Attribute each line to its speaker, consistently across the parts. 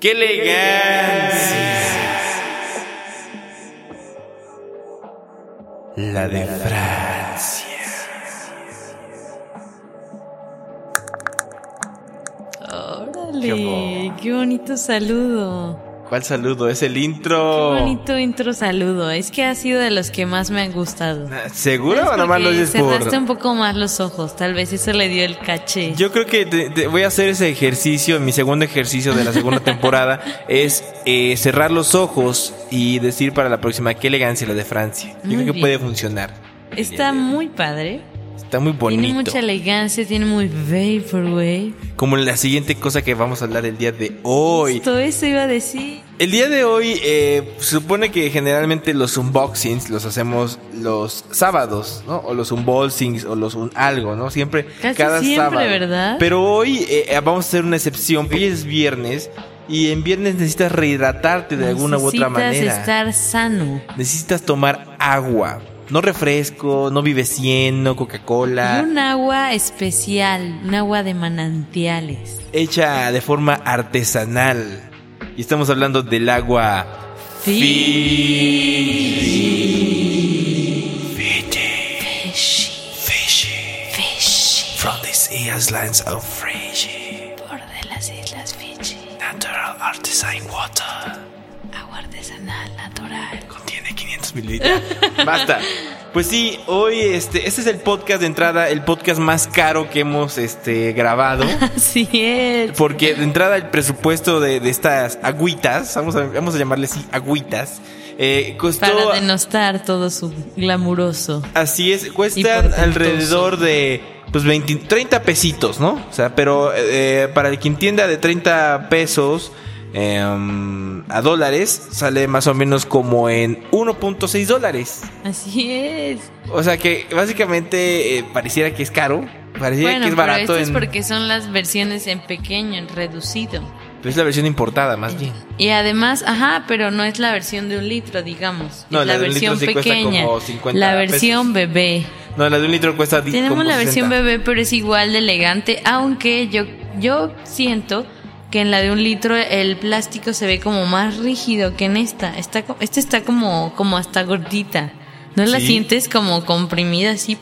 Speaker 1: ¡Qué elegancia! La de Francia.
Speaker 2: Órale, qué bonito saludo.
Speaker 1: ¿Cuál saludo? Es el
Speaker 2: Qué
Speaker 1: intro.
Speaker 2: bonito intro saludo. Es que ha sido de los que más me han gustado.
Speaker 1: ¿Seguro
Speaker 2: ¿Sabes
Speaker 1: o
Speaker 2: por
Speaker 1: nomás lo
Speaker 2: qué?
Speaker 1: dices
Speaker 2: Cerraste
Speaker 1: por.?
Speaker 2: un poco más los ojos. Tal vez eso le dio el caché.
Speaker 1: Yo creo que te- te voy a hacer ese ejercicio. Mi segundo ejercicio de la segunda temporada es eh, cerrar los ojos y decir para la próxima qué elegancia la de Francia. Yo
Speaker 2: Muy
Speaker 1: creo que
Speaker 2: bien.
Speaker 1: puede funcionar.
Speaker 2: Está muy padre.
Speaker 1: Está muy bonito.
Speaker 2: Tiene mucha elegancia, tiene muy vaporwave.
Speaker 1: como la siguiente cosa que vamos a hablar el día de hoy.
Speaker 2: Todo eso iba a decir.
Speaker 1: El día de hoy eh, se supone que generalmente los unboxings los hacemos los sábados, ¿no? O los unboxings o los un algo, ¿no? Siempre,
Speaker 2: Casi
Speaker 1: cada
Speaker 2: siempre,
Speaker 1: sábado.
Speaker 2: ¿verdad?
Speaker 1: Pero hoy eh, vamos a hacer una excepción. Hoy es viernes y en viernes necesitas rehidratarte de alguna u otra manera.
Speaker 2: Necesitas estar sano.
Speaker 1: Necesitas tomar agua. No refresco, no vive 100, no Coca-Cola.
Speaker 2: Y un agua especial, un agua de manantiales.
Speaker 1: hecha de forma artesanal. Y estamos hablando del agua
Speaker 2: Fish.
Speaker 1: from these islands of Fiji.
Speaker 2: Por de las Islas Fiji.
Speaker 1: Natural artisan water.
Speaker 2: Agua artesanal, natural.
Speaker 1: Contiene 500 mililitros. Basta. Pues sí, hoy este, este es el podcast de entrada, el podcast más caro que hemos este, grabado.
Speaker 2: Así es.
Speaker 1: Porque de entrada el presupuesto de, de estas agüitas, vamos a, vamos a llamarle así, agüitas, eh, costó...
Speaker 2: Para denostar todo su glamuroso.
Speaker 1: Así es,
Speaker 2: Y por
Speaker 1: cuestan
Speaker 2: tanto,
Speaker 1: alrededor de pues 20, 30 pesitos, ¿no? O sea, pero eh, para el que entienda de 30 pesos eh, a dólares sale más o menos como en 1.6 dólares.
Speaker 2: Así es.
Speaker 1: O sea que básicamente eh, pareciera que es caro, pareciera
Speaker 2: bueno,
Speaker 1: que es
Speaker 2: pero
Speaker 1: barato.
Speaker 2: esto es
Speaker 1: en-
Speaker 2: porque son las versiones en pequeño, en reducido.
Speaker 1: pero pues, es la versión importada más bien.
Speaker 2: Y además, ajá, pero no es la versión de un litro, digamos.
Speaker 1: No,
Speaker 2: es
Speaker 1: la
Speaker 2: la,
Speaker 1: de un litro
Speaker 2: versión
Speaker 1: sí cuesta
Speaker 2: pequeña.
Speaker 1: como 50
Speaker 2: la versión bebé.
Speaker 1: No, la de un litro cuesta di-
Speaker 2: Tenemos
Speaker 1: como
Speaker 2: la
Speaker 1: 60.
Speaker 2: versión bebé, pero es igual de elegante, aunque yo, yo siento que en la de un litro el plástico se ve como más rígido que en esta. Está, co- esta está como, como hasta gordita. ¿No la
Speaker 1: Sí.
Speaker 2: sientes como comprimida así?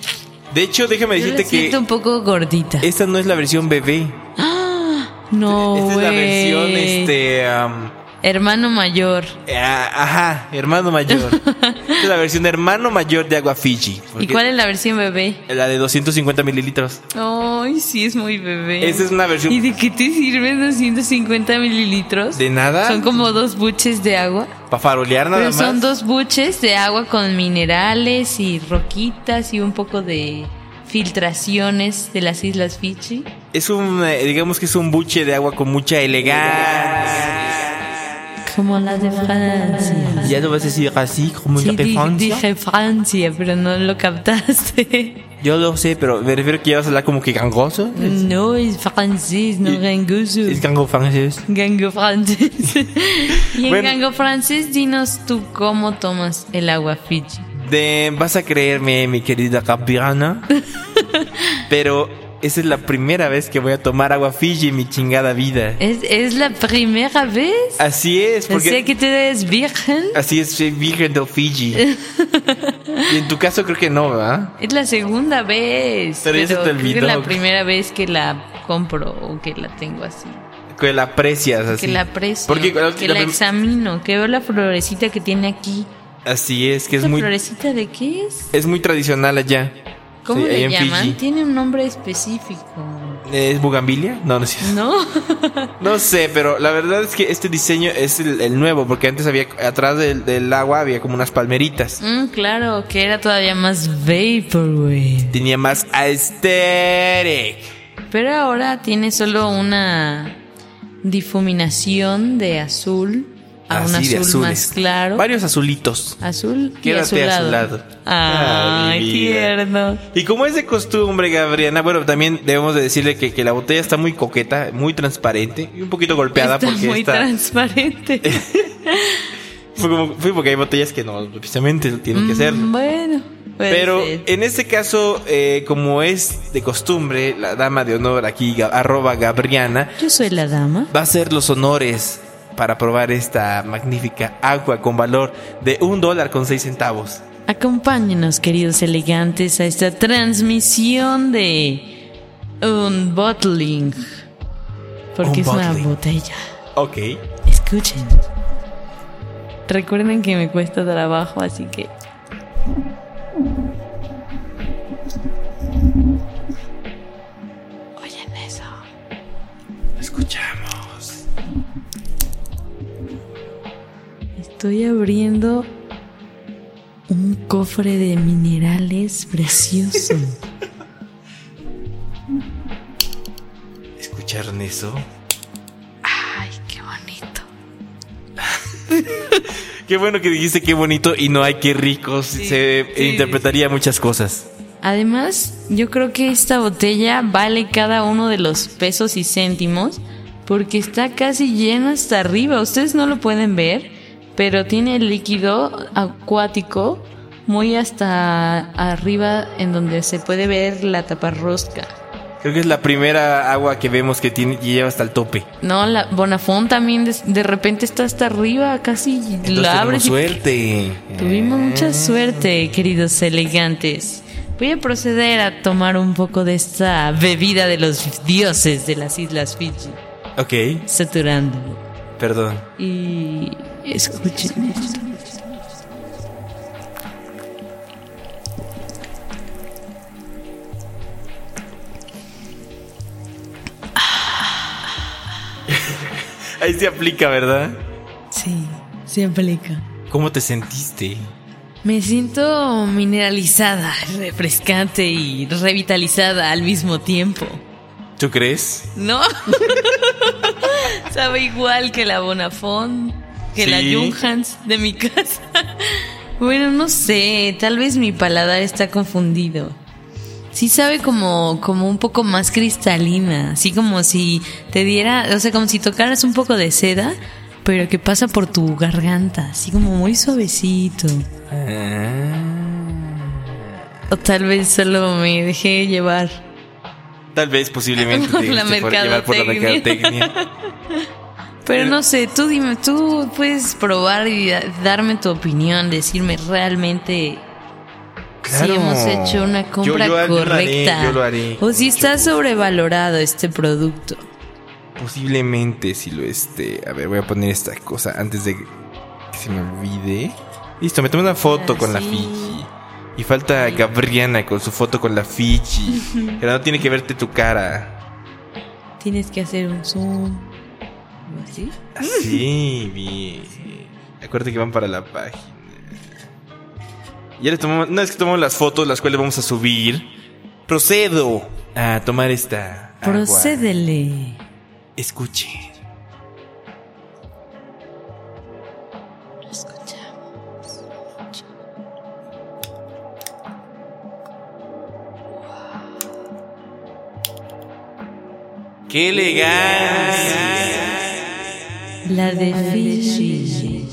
Speaker 1: De hecho, déjame
Speaker 2: Yo la
Speaker 1: decirte que
Speaker 2: siento un poco gordita.
Speaker 1: esta no es la versión bebé.
Speaker 2: ¡Ah! No,
Speaker 1: Esta es la
Speaker 2: güey.
Speaker 1: versión, este... am,
Speaker 2: Hermano mayor.
Speaker 1: Eh, Ajá, hermano mayor. Esta es la versión de hermano mayor de agua Fiji.
Speaker 2: ¿Y
Speaker 1: porque
Speaker 2: cuál es la versión bebé?
Speaker 1: La de 250 mililitros.
Speaker 2: Ay, sí, es muy bebé.
Speaker 1: Esa es una versión-
Speaker 2: ¿Y de qué te sirven 250 mililitros?
Speaker 1: De nada.
Speaker 2: Son como dos buches de agua.
Speaker 1: Para farolear nada
Speaker 2: Pero
Speaker 1: más.
Speaker 2: son dos buches de agua con minerales y roquitas y un poco de filtraciones de las Islas Fiji.
Speaker 1: Es un, eh, digamos que es un buche de agua con mucha elegancia.
Speaker 2: Como las de Francia.
Speaker 1: Ya lo vas a decir así, como
Speaker 2: Sí,
Speaker 1: una
Speaker 2: di-
Speaker 1: referencia.
Speaker 2: dije Francia, pero no lo captaste.
Speaker 1: Yo lo sé, pero me refiero que ya vas a hablar como que gangoso.
Speaker 2: No, es francés, no
Speaker 1: Y-
Speaker 2: gangoso.
Speaker 1: Es gango francés.
Speaker 2: Gango francés. y en
Speaker 1: Bueno.
Speaker 2: gango francés, dinos tú cómo tomas el agua Fiji.
Speaker 1: De, vas a creerme, mi querida capirana. pero esa es la primera vez que voy a tomar agua Fiji en mi chingada vida.
Speaker 2: ¿Es, es la primera vez?
Speaker 1: Así es, porque...
Speaker 2: Pensé que tú eres virgen.
Speaker 1: Así es, soy virgen de Fiji. y en tu caso creo que no, ¿verdad?
Speaker 2: Es la segunda vez.
Speaker 1: Pero ya se te
Speaker 2: creo que
Speaker 1: olvidó.
Speaker 2: es la primera vez que la compro o que la tengo así.
Speaker 1: Que la aprecias así.
Speaker 2: Que la aprecio.
Speaker 1: Porque la-
Speaker 2: que
Speaker 1: la
Speaker 2: la,
Speaker 1: prim-
Speaker 2: examino. Que veo la florecita que tiene aquí.
Speaker 1: Así es, que es
Speaker 2: ¿Esa
Speaker 1: muy,
Speaker 2: florecita de qué es?
Speaker 1: es muy tradicional allá.
Speaker 2: ¿Cómo
Speaker 1: Sí, ahí
Speaker 2: le
Speaker 1: en
Speaker 2: llaman?
Speaker 1: Fiji.
Speaker 2: Tiene un nombre específico.
Speaker 1: ¿Es bugambilia? No, no sé.
Speaker 2: ¿No?
Speaker 1: No sé, pero la verdad es que este diseño es el, el nuevo, porque antes había, atrás del, del agua había como unas palmeritas.
Speaker 2: Mm, claro, que era todavía más vaporwave.
Speaker 1: Tenía más aesthetic.
Speaker 2: Pero ahora tiene solo una difuminación de azul a Ah, un
Speaker 1: Así de
Speaker 2: azul más
Speaker 1: azules.
Speaker 2: claro.
Speaker 1: Varios azulitos.
Speaker 2: Azul y
Speaker 1: Quédate
Speaker 2: azulado.
Speaker 1: azulado. Ay,
Speaker 2: Ay,
Speaker 1: mi vida.
Speaker 2: tierno.
Speaker 1: Y como es de costumbre, Gabriana, bueno, también debemos de decirle que, que la botella está muy coqueta, muy transparente y un poquito golpeada
Speaker 2: Está
Speaker 1: porque
Speaker 2: muy
Speaker 1: está...
Speaker 2: transparente.
Speaker 1: Fue, como- fue porque hay botellas que no, precisamente tienen que ser.
Speaker 2: Mm, Bueno, eh, puede
Speaker 1: Pero
Speaker 2: ser.
Speaker 1: en este caso, eh, como es de costumbre, la dama de honor aquí, ga- arroba Gabriana,
Speaker 2: yo soy la dama.
Speaker 1: va a hacer los honores para probar esta magnífica agua con valor de un dólar con seis centavos.
Speaker 2: Acompáñenos, queridos elegantes, a esta transmisión de un bottling. Porque es una
Speaker 1: Unbottling.
Speaker 2: botella.
Speaker 1: Ok.
Speaker 2: Escuchen. Recuerden que me cuesta trabajo, así que. Oyen eso.
Speaker 1: Escuchamos.
Speaker 2: Estoy abriendo un cofre de minerales precioso.
Speaker 1: ¿Escucharon eso?
Speaker 2: Ay, qué bonito.
Speaker 1: Qué bueno que dijiste qué bonito y no hay qué rico. Se
Speaker 2: sí,
Speaker 1: interpretaría muchas cosas.
Speaker 2: Además, yo creo que esta botella vale cada uno de los pesos y céntimos porque está casi llena hasta arriba. Ustedes no lo pueden ver, pero tiene líquido acuático muy hasta arriba en donde se puede ver la taparrosca.
Speaker 1: Creo que es la primera agua que vemos que tiene y lleva hasta el tope.
Speaker 2: No, la Bonafont también de, de repente está hasta arriba, casi
Speaker 1: Entonces
Speaker 2: la
Speaker 1: tenemos
Speaker 2: abres y
Speaker 1: suerte.
Speaker 2: Tuvimos
Speaker 1: Eh.
Speaker 2: mucha suerte, queridos elegantes. Voy a proceder a tomar un poco de esta bebida de los dioses de las Islas Fiji,
Speaker 1: Ok,
Speaker 2: saturándolo.
Speaker 1: Eh, perdón.
Speaker 2: Y escuchen esto.
Speaker 1: Ahí se aplica, ¿verdad?
Speaker 2: Sí, se aplica.
Speaker 1: ¿Cómo te sentiste?
Speaker 2: Me siento mineralizada, refrescante y revitalizada al mismo tiempo.
Speaker 1: ¿Tú crees?
Speaker 2: ¿No? Sabe igual que la Bonafont, que la
Speaker 1: Sí.
Speaker 2: Junghans de mi casa. Bueno, no sé, tal vez mi paladar está confundido. Sí sabe como, como un poco más cristalina, así como si te diera, o sea, como si tocaras un poco de seda, pero que pasa por tu garganta, así como muy suavecito. Ah. O tal vez solo me dejé llevar.
Speaker 1: Tal vez posiblemente
Speaker 2: Por
Speaker 1: te
Speaker 2: la
Speaker 1: dejaste por- llevar por la
Speaker 2: mercadotecnia.
Speaker 1: mercadotecnia. Eh,
Speaker 2: Pero no sé, tú dime, tú puedes probar y da- darme tu opinión, decirme realmente si
Speaker 1: Claro.
Speaker 2: hemos hecho una
Speaker 1: Yo-
Speaker 2: compra
Speaker 1: yo lo haré,
Speaker 2: correcta
Speaker 1: yo lo haré.
Speaker 2: o si está sobrevalorado este producto.
Speaker 1: Posiblemente si lo este. A ver, voy a poner esta cosa antes de que se me olvide. Listo, me tomé una foto con la
Speaker 2: Así.
Speaker 1: Fiji. Y falta Gabriana con su foto con la Fiji. Pero no tiene que verte tu cara.
Speaker 2: Tienes que hacer un zoom. ¿o ¿Así?
Speaker 1: Ah, Así, bien. Acuérdate que van para la página. Ya le tomamos. Una vez que tomamos las fotos, las cuales vamos a subir, procedo a tomar esta. agua.
Speaker 2: Procédele.
Speaker 1: Escuche. ¡Qué elegancia!
Speaker 2: La de Fiji.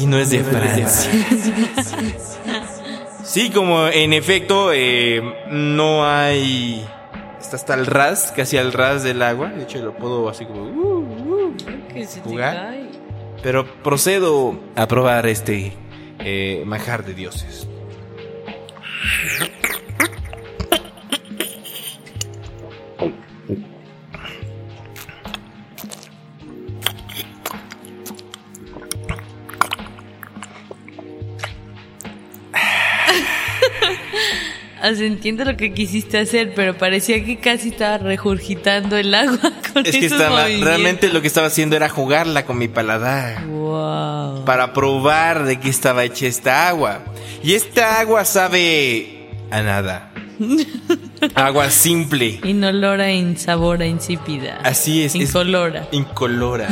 Speaker 1: Y no es de Francia. Sí, como en efecto, eh, no hay. Está hasta el ras, casi al ras del agua. De hecho, lo puedo así como. uh, uh, jugar. Pero procedo a probar este eh, manjar de dioses.
Speaker 2: O sea, entiendo Ah, lo que quisiste hacer, pero parecía que casi estaba regurgitando el agua con
Speaker 1: Es que
Speaker 2: esos
Speaker 1: estaba,
Speaker 2: movimientos.
Speaker 1: realmente lo que estaba haciendo era jugarla con mi paladar.
Speaker 2: Wow.
Speaker 1: Para probar de qué estaba hecha esta agua. Y esta agua sabe a nada. Agua simple.
Speaker 2: Inolora, insabora, insípida.
Speaker 1: Así es. es
Speaker 2: Incolora.
Speaker 1: incolora.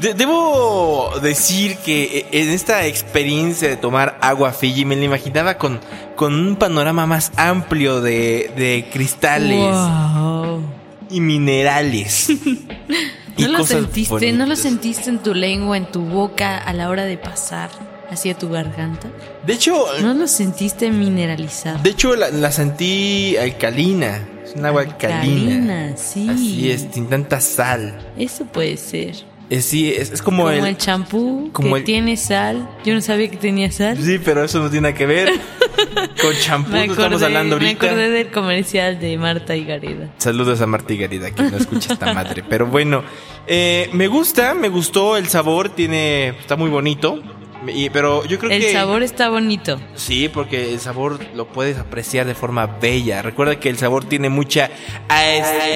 Speaker 1: De- debo decir que e- en esta experiencia de tomar agua Fiji me la imaginaba con, con un panorama más amplio de, de cristales
Speaker 2: Wow.
Speaker 1: y minerales. y
Speaker 2: ¿No lo
Speaker 1: cosas
Speaker 2: sentiste? ¿No lo
Speaker 1: bonitas.
Speaker 2: sentiste en tu lengua, en tu boca a la hora de pasar hacia tu garganta?
Speaker 1: De hecho,
Speaker 2: ¿No lo sentiste mineralizado?
Speaker 1: de hecho la, la sentí alcalina. Es un agua alcalina.
Speaker 2: Alcalina, sí.
Speaker 1: Así es, sin tanta sal.
Speaker 2: Eso puede ser.
Speaker 1: Eh, sí, es, es como,
Speaker 2: Como,
Speaker 1: el-
Speaker 2: el champú
Speaker 1: como
Speaker 2: que
Speaker 1: el-
Speaker 2: tiene sal. Yo no sabía que tenía sal.
Speaker 1: Sí, pero eso no tiene nada que ver. Con champú no estamos hablando
Speaker 2: me
Speaker 1: ahorita.
Speaker 2: acordé del comercial de Marta y Gareda.
Speaker 1: Saludos a Marta y Garida, que no escucha esta madre. Pero bueno, eh, me gusta, me gustó el sabor, tiene, está muy bonito. Y- pero yo creo
Speaker 2: El
Speaker 1: que.
Speaker 2: sabor está bonito.
Speaker 1: Sí, porque el sabor lo puedes apreciar de forma bella. Recuerda que el sabor tiene mucha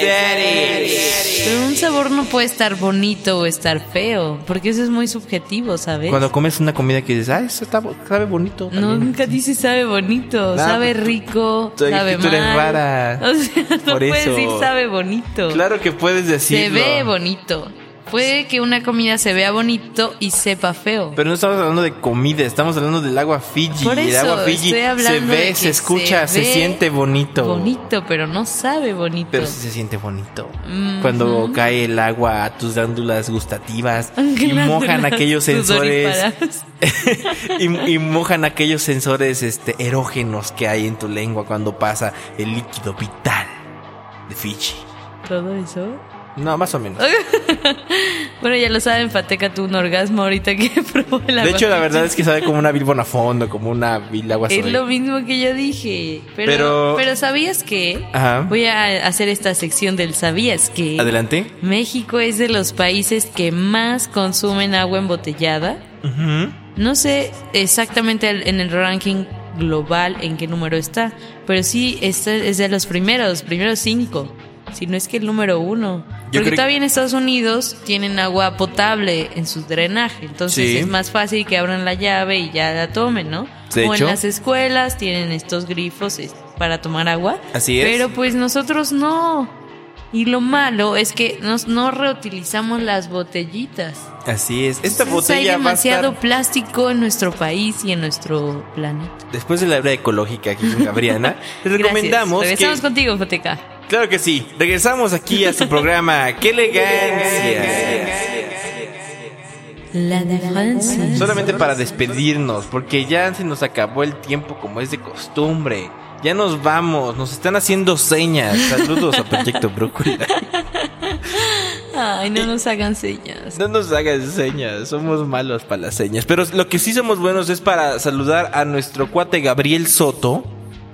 Speaker 1: aesthetics.
Speaker 2: Pero un sabor no puede estar bonito o estar feo, porque eso es muy subjetivo, ¿sabes?
Speaker 1: Cuando comes una comida que dices, ah, eso está, bo- sabe bonito.
Speaker 2: no,
Speaker 1: también".
Speaker 2: nunca dice sabe bonito,
Speaker 1: Nah,
Speaker 2: sabe
Speaker 1: pues,
Speaker 2: rico,
Speaker 1: tú- tú
Speaker 2: sabe
Speaker 1: eres
Speaker 2: mal.
Speaker 1: rara.
Speaker 2: O sea, no
Speaker 1: Por
Speaker 2: puedes
Speaker 1: eso.
Speaker 2: decir sabe bonito.
Speaker 1: Claro que puedes
Speaker 2: se
Speaker 1: decirlo.
Speaker 2: ve bonito. Puede que una comida se vea bonito y sepa feo.
Speaker 1: Pero no estamos hablando de comida, estamos hablando del agua Fiji.
Speaker 2: Por
Speaker 1: el
Speaker 2: eso
Speaker 1: agua Fiji
Speaker 2: estoy
Speaker 1: se
Speaker 2: hablando de
Speaker 1: ve,
Speaker 2: que
Speaker 1: se escucha, se,
Speaker 2: se ve
Speaker 1: siente bonito.
Speaker 2: bonito, Mm-hmm. pero no sabe bonito.
Speaker 1: Pero sí se siente bonito.
Speaker 2: Ujú.
Speaker 1: Cuando cae el agua a tus glándulas gustativas y
Speaker 2: Glándulas
Speaker 1: mojan aquellos sensores
Speaker 2: sudoríparas.
Speaker 1: y, y mojan aquellos sensores este erógenos que hay en tu lengua cuando pasa el líquido vital de Fiji.
Speaker 2: Todo eso.
Speaker 1: No, más o menos.
Speaker 2: Bueno, ya lo saben, Fateca tuvo un orgasmo ahorita que probó el agua.
Speaker 1: De hecho, la verdad es que sabe como una vil fondo, como una vil agua
Speaker 2: Es
Speaker 1: soy.
Speaker 2: lo mismo que yo dije. Pero,
Speaker 1: Pero-
Speaker 2: pero, ¿sabías que?
Speaker 1: Ajá.
Speaker 2: Voy a hacer esta sección del ¿sabías que?
Speaker 1: Adelante.
Speaker 2: México es de los países que más consumen agua embotellada.
Speaker 1: Ujú.
Speaker 2: No sé exactamente el- en el ranking global en qué número está, pero sí este es de los primeros, primeros cinco, si no es que el número uno.
Speaker 1: Yo
Speaker 2: Porque
Speaker 1: creo-
Speaker 2: todavía en Estados Unidos tienen agua potable en su drenaje, entonces
Speaker 1: Sí.
Speaker 2: es más fácil que abran la llave y ya la tomen, ¿no?
Speaker 1: De
Speaker 2: o
Speaker 1: hecho.
Speaker 2: en las escuelas tienen estos grifos es- para tomar agua.
Speaker 1: Así es.
Speaker 2: Pero pues nosotros no. Y lo malo es que nos, no reutilizamos las botellitas.
Speaker 1: Así es. Esta
Speaker 2: Entonces, hay
Speaker 1: botella va a
Speaker 2: demasiado
Speaker 1: estar
Speaker 2: plástico en nuestro país y en nuestro planeta.
Speaker 1: después de la era ecológica aquí con Gabriana. Te
Speaker 2: Gracias.
Speaker 1: recomendamos que
Speaker 2: Regresamos contigo, Foteca.
Speaker 1: Claro que sí. Regresamos aquí a su programa. ¡Qué elegancia!
Speaker 2: La de Francia.
Speaker 1: Solamente para despedirnos, porque ya se nos acabó el tiempo como es de costumbre. Ya nos vamos, nos están haciendo señas. Saludos a Proyecto Brújula.
Speaker 2: Ay, no nos hagan señas.
Speaker 1: No nos hagan señas, somos malos para las señas. Pero lo que sí somos buenos es para saludar a nuestro cuate Gabriel Soto,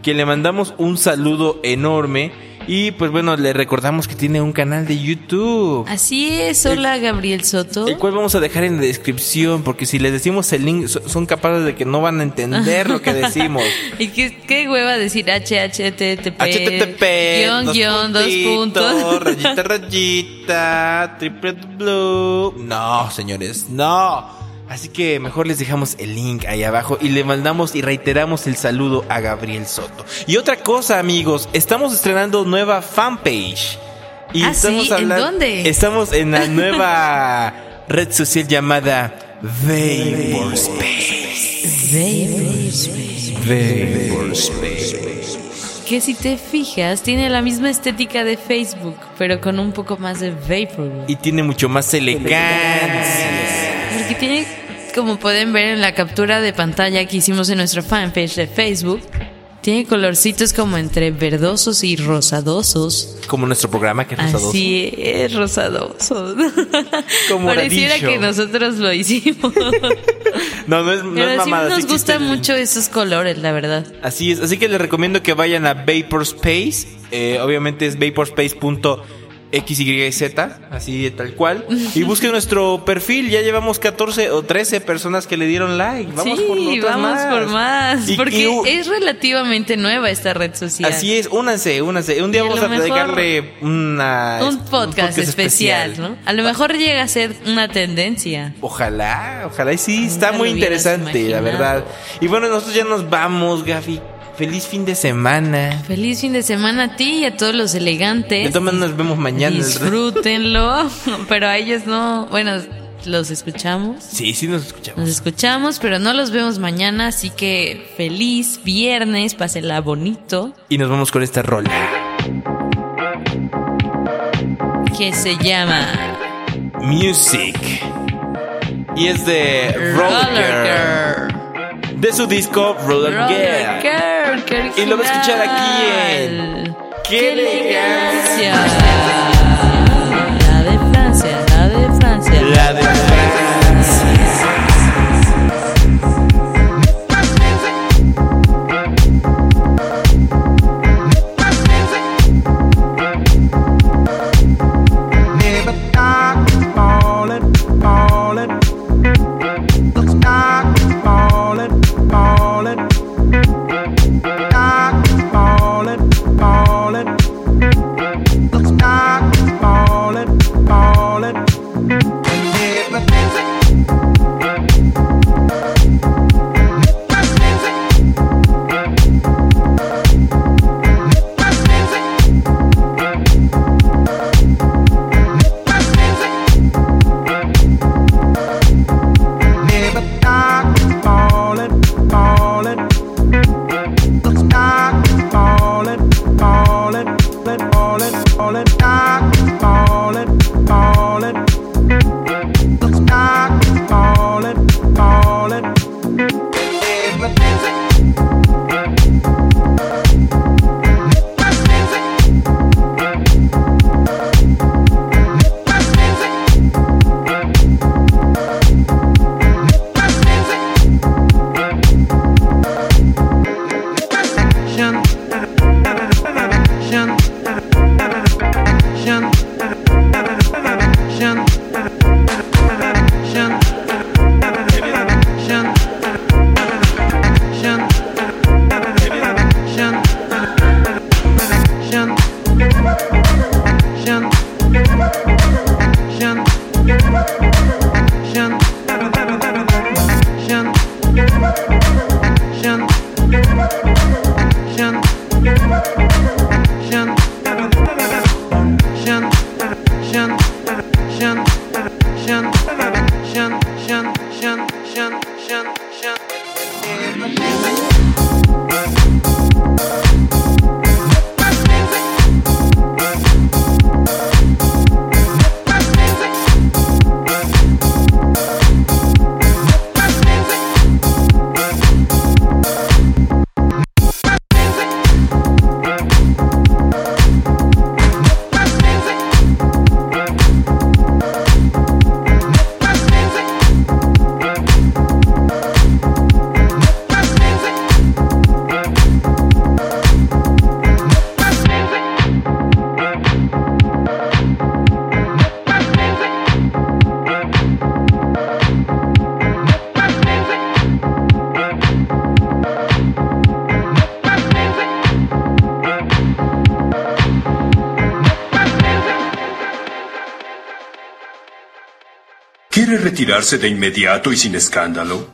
Speaker 1: que le mandamos un saludo enorme. Y pues bueno, le recordamos que tiene un canal de YouTube.
Speaker 2: ¿Ah, Así es, hola Gabriel Soto.
Speaker 1: El cual vamos a dejar en la descripción, porque si les decimos el link, so- son capaces de que no van a entender lo que decimos.
Speaker 2: Y qué, qué hueva decir HHTTP.
Speaker 1: HTTP,
Speaker 2: Guión,
Speaker 1: dos
Speaker 2: guión, dos
Speaker 1: puntitos,
Speaker 2: puntos.
Speaker 1: rayita, rayita, triple blue. No, señores, no. Así que mejor les dejamos el link ahí abajo y le mandamos y reiteramos el saludo a Gabriel Soto. Y otra cosa, amigos, estamos estrenando nueva fanpage. Y
Speaker 2: Ah, sí, ¿en
Speaker 1: hablan-
Speaker 2: dónde?
Speaker 1: Estamos en la nueva red social llamada Vaporspace.
Speaker 2: Que si te fijas, tiene la misma estética de Facebook, pero con un poco más de Vaporwave.
Speaker 1: Y tiene mucho más elegancia.
Speaker 2: Porque tiene, como pueden ver en la captura de pantalla que hicimos en nuestra fanpage de Facebook, tiene colorcitos como entre verdosos y rosadosos.
Speaker 1: Como nuestro programa que es rosadoso.
Speaker 2: Así es, rosadosos.
Speaker 1: Como
Speaker 2: Pareciera
Speaker 1: moradillo.
Speaker 2: que nosotros lo hicimos.
Speaker 1: No, no es, no es
Speaker 2: Pero sí
Speaker 1: mamada. sí
Speaker 2: nos
Speaker 1: existe
Speaker 2: gustan
Speaker 1: el link.
Speaker 2: mucho esos colores, la verdad.
Speaker 1: Así es, así que les recomiendo que vayan a Vaporspace. Eh, obviamente es vaporspace.xyz, así de tal cual. Y busquen nuestro perfil, ya llevamos 14 o 13 personas que le dieron like. Vamos
Speaker 2: sí,
Speaker 1: por otras
Speaker 2: vamos
Speaker 1: más.
Speaker 2: por más.
Speaker 1: Y-
Speaker 2: porque
Speaker 1: y u-
Speaker 2: es relativamente nueva esta red social.
Speaker 1: Así es, únanse, únanse. Un día
Speaker 2: Y a
Speaker 1: vamos
Speaker 2: lo
Speaker 1: a
Speaker 2: mejor
Speaker 1: dedicarle una,
Speaker 2: Un podcast, especial, ¿no? A lo mejor llega a ser una tendencia.
Speaker 1: Ojalá, ojalá y sí, está
Speaker 2: Nunca
Speaker 1: muy
Speaker 2: lo hubieras
Speaker 1: interesante, la
Speaker 2: imaginado.
Speaker 1: verdad. Y bueno, nosotros ya nos vamos, Gaby. Feliz fin de semana.
Speaker 2: Feliz fin de semana a ti y a todos los elegantes.
Speaker 1: De todas maneras, nos vemos mañana.
Speaker 2: Disfrútenlo, pero a ellos no. Bueno, los escuchamos.
Speaker 1: Sí, sí nos escuchamos.
Speaker 2: Nos escuchamos, pero no los vemos mañana, así que feliz viernes, pásela bonito,
Speaker 1: Y nos vamos con esta rola.
Speaker 2: que se llama
Speaker 1: Music. Y es de Roller
Speaker 2: Girl.
Speaker 1: Girl. De su disco Roller,
Speaker 2: Roller
Speaker 1: Girl.
Speaker 2: Girl, qué
Speaker 1: Y lo va a escuchar aquí
Speaker 2: original.
Speaker 1: ¡Qué elegancia!
Speaker 2: La de Francia, la de Francia.
Speaker 1: La de
Speaker 3: Never dark is falling, falling. The dark is falling, falling. Dark is falling, falling. The dark is falling, falling. Never Never dark is falling, falling. The dark is falling, falling, falling, falling, falling. Dark is falling, falling. The dark is falling, falling. Never Action. Action. Action. Action. Action. Action. Action. Action. Action. Action. Action. Action. Action. Action. Action. Action. Action. Action. Action. Action. Action. Action. Action. Action. Action.
Speaker 4: ¿Quiere retirarse de inmediato y sin escándalo?